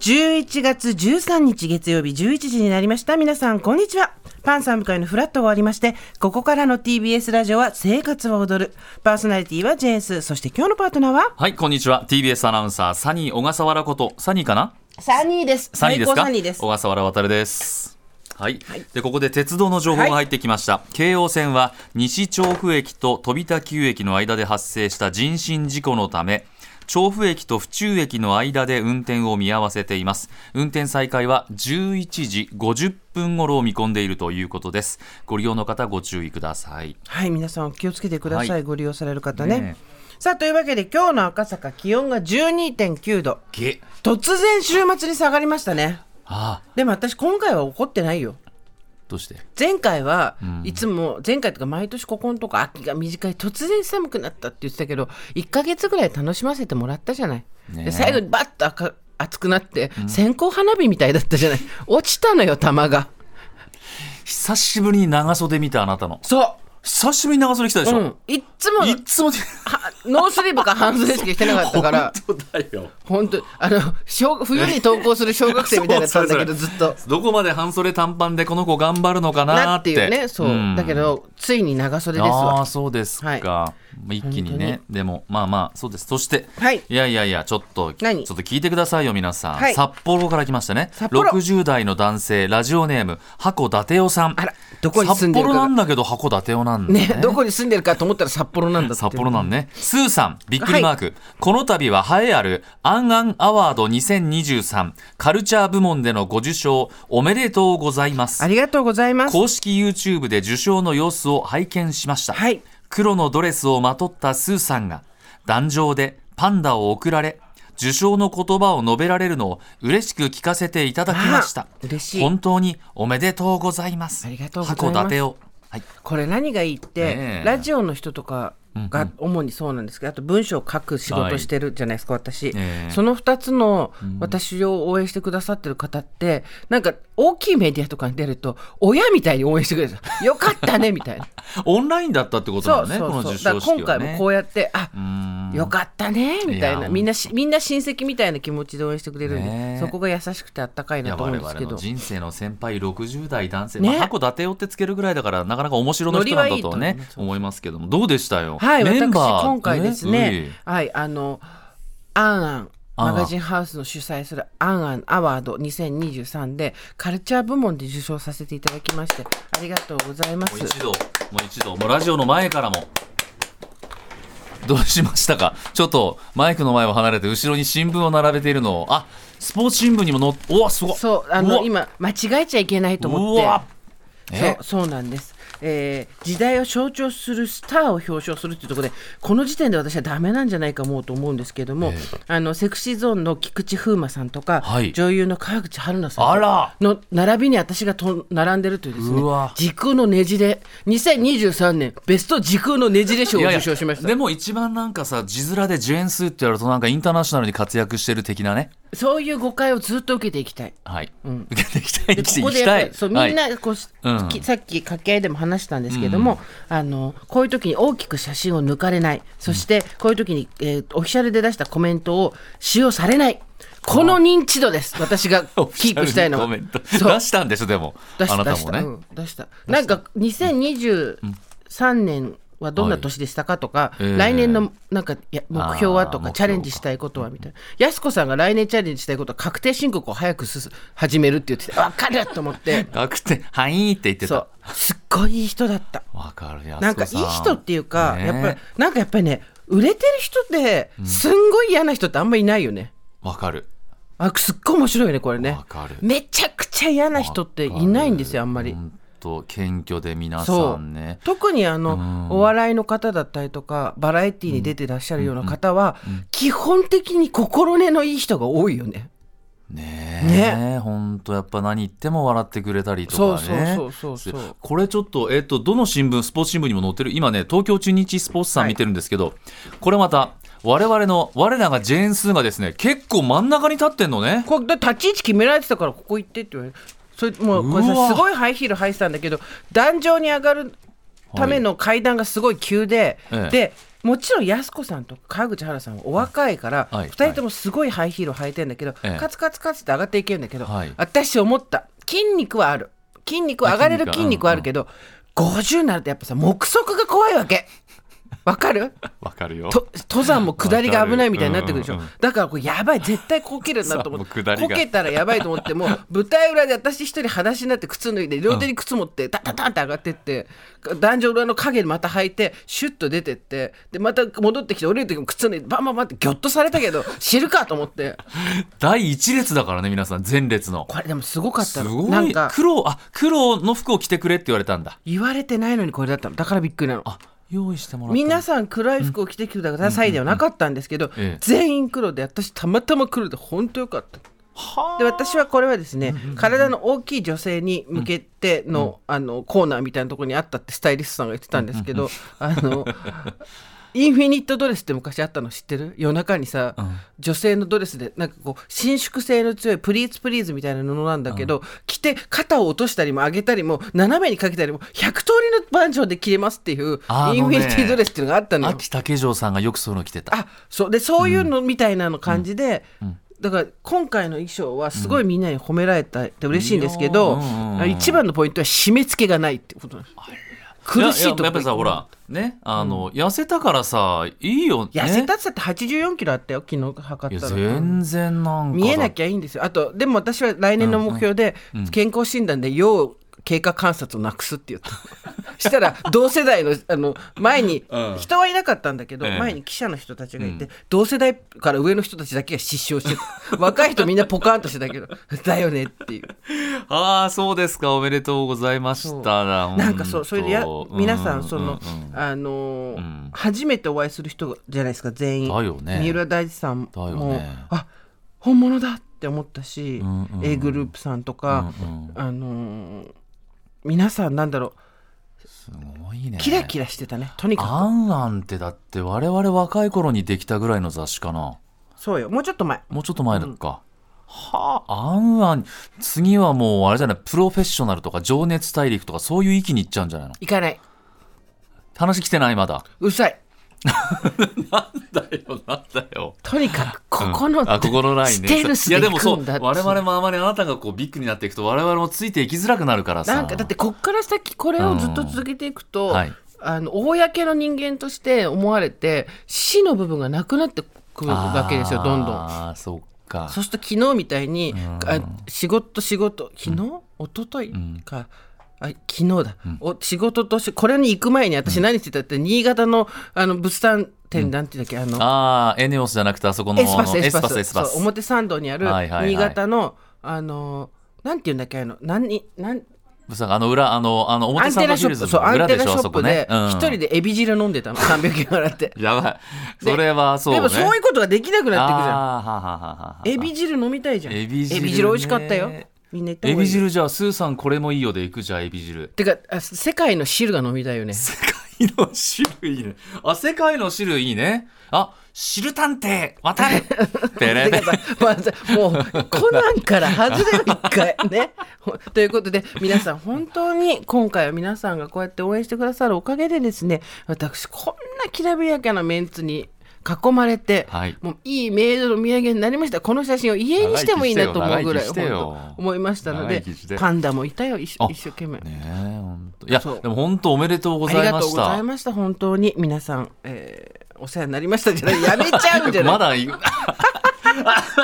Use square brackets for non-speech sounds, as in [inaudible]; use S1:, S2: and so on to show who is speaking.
S1: 11月13日月曜日11時になりました。皆さん、こんにちは。パンサム会のフラットが終わりまして、ここからの TBS ラジオは生活は踊る。パーソナリティはジェーンス。そして今日のパートナーは
S2: はい、こんにちは。TBS アナウンサー、サニー小笠原こと、サニーかな
S1: サニーです。
S2: サニーですか
S1: サニーです
S2: 小。笠原渉です。はい、でここで鉄道の情報が入ってきました、京王線は西調布駅と飛田急駅の間で発生した人身事故のため調布駅と府中駅の間で運転を見合わせています運転再開は11時50分頃を見込んでいるということですご利用の方ご注意ください
S1: はい、皆さん気をつけてください。
S2: はい
S1: ご利用される方ね。
S2: ね
S1: さあ、というわけで今日の赤坂気温が12.9度。
S2: げ
S1: 突然週末に下がりましたね。
S2: ああ
S1: でも私今回は怒ってないよ。
S2: どうして
S1: 前回はいつも前回とか毎年ここのとこ秋が短い突然寒くなったって言ってたけど1か月ぐらい楽しませてもらったじゃない、
S2: ねえ
S1: で最後にバッと赤熱くなって線香花火みたいだったじゃない落ちたのよ玉が
S2: 久しぶりに長袖見たあなたの
S1: そ
S2: 久しぶりに長袖着たでし
S1: う、
S2: ょ、
S1: うん、いっつも
S2: いっつも
S1: はノースリーブか半袖しか着てなかった
S2: [laughs]
S1: から
S2: 本当だよ
S1: 本当あの小冬に登校する小学生みたいだったんだけど
S2: [laughs] そう
S1: ずっと。
S2: どこまで半袖短パンでこの子頑張るのかな
S1: な
S2: ーっ
S1: ってていうねそう、
S2: ん
S1: だけどついに長袖です
S2: ああ
S1: わ
S2: ーそうですか、
S1: はい
S2: まあ一気にねでもまあまあそうですそして、
S1: はい
S2: やいやいやちょっとちょっ
S1: 何
S2: と聞いてくださいよ皆さん、
S1: はい
S2: 札幌から来ましたね
S1: 札幌
S2: 60代の男性ラジオネーム箱伊達夫さん
S1: あらどこに住んでるかが
S2: 札幌なんだけど箱伊達夫なんだね
S1: ねどこに住んでるかと思ったら札幌なんだっていう
S2: 札幌なんね。スーさん、びっくりマーク。この度は栄えある、アンアンアワード2023、カルチャー部門でのご受賞、おめでとうございます
S1: あ。りがとうございます
S2: 公式 YouTube で受賞の様子を拝見しました。
S1: はい
S2: 黒のドレスをまとったスーさんが、壇上でパンダを贈られ、受賞の言葉を述べられるのを嬉しく聞かせていただきました
S1: あ。嬉しい
S2: 本当におめでとうございます。
S1: ありがとうございます
S2: 函館を。はい。
S1: これ何がいいって、
S2: ねえ
S1: ラジオの人とかが主にそうなんですけど、あと文章を書く仕事してるじゃないですか、私、
S2: ええ
S1: その2つの私を応援してくださってる方って、なんか大きいメディアとかに出ると親みたいに応援してくれるんです
S2: [laughs]
S1: よよかったねみたいな
S2: オンラインだったってことだ
S1: そう
S2: よね、
S1: そ
S2: こ
S1: う
S2: の
S1: そう
S2: 受
S1: だから
S2: 賞式は、ね。
S1: 今回もこうやってあ
S2: うん
S1: よかったねみたい
S2: いや
S1: なみんなしみんな親戚みたいな気持ちで応援してくれるんで、
S2: ねえ
S1: そこが優しくてあったかい
S2: いや
S1: なと
S2: 我
S1: 思うんです
S2: 々
S1: け
S2: の
S1: ど
S2: 人生の先輩60代男性、
S1: ね
S2: まあ、箱伊達夫ってつけるぐらいだからなかなか面白の人なんだとは
S1: ノリはいいと思い
S2: ね
S1: ます
S2: 思いますけどもどうでしたよ、
S1: はい、
S2: メ
S1: 私
S2: ンバー
S1: 今回ですね、
S2: え
S1: はい、あの、アンアン。
S2: アンア
S1: マ
S2: ン
S1: ガジンハウスの主催するアンアンアワード2023でカルチャー部門で受賞させていただきましてありがとうございま
S2: え
S1: す
S2: もう一度もう一度もうラジオの前からもどうしましたかちょっとマイクの前を離れて後ろに新聞を並べているのをあスポーツ新聞にものおわすごい
S1: そうあ
S2: う
S1: の
S2: わ
S1: 今間違えちゃいけないと思
S2: う
S1: って
S2: わえ
S1: そうそうなんです、えー時代を象徴するスターを表彰するっていうところでこの時点で私はダメなんじゃないかもうと思うんですけども、あのセクシーゾーンの菊池風磨さんとか、
S2: はい
S1: 女優の川口春奈さんとか
S2: あら
S1: の並びに私がと並んでるというですね
S2: うわ
S1: 時空のねじれ2023年ベスト時空のねじれ賞を
S2: いやいや
S1: 受賞しました
S2: でも一番なんかさ字面でジェーンスーってやるとなんかインターナショナルに活躍してる的なね
S1: そういう誤解をずっと受けていきたい
S2: はい、受けていきたい
S1: で
S2: 生きて
S1: こ
S2: い
S1: こでや
S2: きた
S1: っぱ
S2: い
S1: りそうみん
S2: はい
S1: なこう、
S2: うん
S1: きさっき掛け合いでも話したんですけども、あのこういう時に大きく写真を抜かれないそしてこういう時に、えーオフィシャルで出したコメントを使用されないこの認知度です私がキープしたいのは
S2: オフィシャルにコメント
S1: そう
S2: 出したんでしょでも
S1: 出し
S2: あな
S1: た
S2: た
S1: 出し
S2: も
S1: た、
S2: ね、
S1: うん、出したなんか2023年はどんな年でしたかとか、
S2: いええ
S1: 来年のなんかいや目標はと
S2: あー目標か
S1: かチャレンジしたいことはみたいなやす子さんが来年チャレンジしたいことは確定申告を早くすす始めるって言
S2: [laughs]
S1: ってて分かると思って
S2: 楽天はいって言って
S1: そ
S2: た
S1: うすっごいいい人だった
S2: わかるや
S1: なんかいい人っていうか、やっぱり
S2: り
S1: なんかやっぱりね売れてる人ってすんごい嫌な人ってあんまいないよね、
S2: わかる
S1: あすっごい面白いねこれね
S2: わかる
S1: めちゃくちゃ嫌な人っていないんですよあんまり
S2: 本当謙虚で皆
S1: そ
S2: さ
S1: うん
S2: ね
S1: 特にあのお笑いの方だったりとかバラエティーに出てらっしゃるような方は、基本的に心根のいい人が多いよね。
S2: ねえ本当やっぱ何言っても笑ってくれたりとかね
S1: そうそうそうそうそう
S2: これちょっと,、えっとどの新聞スポーツ新聞にも載ってる今ね東京中日スポーツさん見てるんですけど、これまた我々の我らがジェーン・スーがですね結構真ん中に立ってんのね
S1: これだ立ち位置決められてたからここ行ってって言われるそれもうこれ
S2: う
S1: さ
S2: わ
S1: すごいハイヒール履いてたんだけど壇上に上がるための階段がすごい急で、
S2: はいええ
S1: でもちろん安子さんと川口春さんはお若いから、
S2: はいはい
S1: 2人ともすごいハイヒール履いてんだけど、
S2: ええ
S1: カツカツカツって上がっていけるんだけど、
S2: はい
S1: 私思った筋肉はある筋肉は上がれる
S2: あ
S1: 筋
S2: 筋肉
S1: 肉はあるけど、50になるとやっぱさ目測が怖いわけわかる
S2: わかるよ
S1: と登山も下りが危ないみたいになってくるでしょ、
S2: わかるうんうん
S1: だからこれやばい絶対こけるなと思っ
S2: [laughs] そ
S1: て
S2: うもう下り
S1: こ
S2: が
S1: けたらやばいと思っ
S2: [laughs]
S1: てもう舞台裏で私一人裸足になって靴脱いで両手に靴持ってタンタンタンって上がってって壇上裏の影でまた履いてシュッと出てってでまた戻ってきて降りる時も靴脱いでバンバンバンってギョッとされたけ
S2: [laughs]
S1: ど知るかと思って
S2: 第一列だからね皆さん前列の
S1: これでもすごかった
S2: す
S1: の
S2: ご
S1: なん
S2: い
S1: か
S2: 黒あ黒の服を着てくれって言われたんだ
S1: 言われてないのにこれだったのだからびっくりなの
S2: あ用意してもらった
S1: 皆さん暗い服を着てきてくださいではなかったんですけど、
S2: ええ
S1: 全員黒で私たまたま黒で本当よかった。
S2: はあ
S1: で私はこれはですね、体の大きい女性に向けての,、あのコーナーみたいなところにあったってスタイリストさんが言ってたんですけど、あのインフィニットドレスって昔あったの知ってる夜中にさ、女性のドレスでなんかこう伸縮性の強いプリーツプリーズみたいな布なんだけど、着て肩を落としたりも上げたりも斜めにかけたりも100通りのバージョンで着れますっていう
S2: あ
S1: イン
S2: の
S1: フ
S2: ね
S1: ィニティドレスっていうのがあったのよ。
S2: 秋竹城さんがよくそういうの着てた
S1: あそうでそういうのみたいなの感じで、だから今回の衣装はすごいみんなに褒められたって嬉しいんですけど、
S2: いやーうん
S1: あ一番のポイントは締め付けがないってことなんです苦しいとこ
S2: ややっぱりさほらねあの、痩せたからさいいよね
S1: 痩せたってさって84キロあったよ昨日
S2: い
S1: 測
S2: や
S1: ったの
S2: 全然なんか
S1: 見えな
S2: ゃ
S1: きゃいいんですよあとでも私は来年の目標で健康診断で要経過観察をなくすって言った [laughs] したら同世代のあの前に
S2: うん
S1: 人はいなかったんだけど
S2: ええ
S1: 前に記者の人たちがいて同世代から上の人たちだけが失笑して
S2: [laughs]
S1: た若い人みんなポカーンとしてたけどだよねっていう
S2: ああそうですかおめでとうございましたな
S1: なんかそうそれでや皆さんその、あのー
S2: ん
S1: 初めてお会いする人じゃないですか全員
S2: だよね
S1: 三浦大知さん
S2: だよ
S1: も、
S2: ね
S1: あ本物だって思ったし、
S2: んうん
S1: A グループさんとか、
S2: うんうん
S1: あのー皆さんなんだろ
S2: すごいね
S1: うキラキラしてたねとにか
S2: あんあんってだって我々若い頃にできたぐらいの雑誌かな
S1: くそうよもうちょっと前
S2: もうちょっと前だっか、はああんあん次はもうあれじゃないプロフェッショナルとか情熱大陸とかそういう域に行っちゃうんじゃないの
S1: 行かない
S2: 話来てないまだ
S1: うるさい
S2: だよなんだよ
S1: とにかくここの、
S2: あここのラインね
S1: ステルス
S2: い
S1: で
S2: やで
S1: 行
S2: もそ
S1: く
S2: うん
S1: だって
S2: 我々もあまりあなたがこうビッグになっていくと我々もついていきづらくなるからさ
S1: なんかだってこっから先これをずっと続けていくと、
S2: うんはい
S1: あの公の人間として思われて死の部分がなくなってくるわけですよどんどん。
S2: ああそうか
S1: そうすると昨日みたいに、あ仕事仕事昨日、一昨日か、あ昨日だ、お仕事としてこれに行く前に私何してたって、新潟のあの物産展なんていうんだっけあの、
S2: ああエネオスじゃなくてあそこの
S1: エスパ
S2: あ
S1: ス
S2: の
S1: エスパ
S2: エス
S1: ス
S2: エスパス
S1: そう表参道にある
S2: はいはいはい
S1: 新潟の、あのなんていうんだっけあの何何
S2: そうあの裏あのあ
S1: ア
S2: の
S1: ン
S2: 表
S1: テ
S2: 参道
S1: ナシ
S2: ヒ
S1: ョ
S2: ル
S1: ッ
S2: ズ
S1: プそう
S2: の
S1: アン
S2: 裏
S1: テ
S2: で
S1: ナ
S2: し
S1: シ
S2: ょ
S1: ョ
S2: あ
S1: ッ
S2: そこ
S1: プ
S2: ね
S1: で一人
S2: で
S1: でエビ汁飲んで
S2: [laughs]
S1: たの300円払って
S2: やばいそれはそうね
S1: でもそういうことができなくなってくじゃん
S2: あーはははは
S1: エビ汁飲みたいじゃん。
S2: エビ汁ね
S1: 美味しかったよ。みんな行った
S2: エ
S1: 方がい
S2: ビ
S1: いよ。
S2: 汁じゃあスーさんこれもいいよで行くじゃあエビ汁
S1: てかあ世界の汁が飲みたいよね。
S2: 世界の汁いいねあ世界の汁いいねあ汁探偵渡
S1: [laughs]
S2: れペレ
S1: て
S2: ペ
S1: かまずもうコナンから外れる一回ね。 [laughs] ほということで皆さん本当に今回は皆さんがこうやって応援してくださるおかげでですね私こんなきらびやかなメンツに囲まれて、
S2: はい
S1: もういいメイドの土産になりましたこの写真を家にしてもいいなと思うぐらい
S2: 長生きしてよ
S1: 本当思いましたので
S2: 長生きして
S1: パンダもいたよ一緒
S2: あ
S1: 一生懸命。
S2: ねえ本当いや
S1: そう
S2: でも本当おめでとうご
S1: あ
S2: ざ
S1: りが
S2: いま
S1: とう
S2: し
S1: ござ
S2: た
S1: いました本当に皆さん、えーお世話になりましたじゃないやめちゃうんじゃない
S2: まだいあ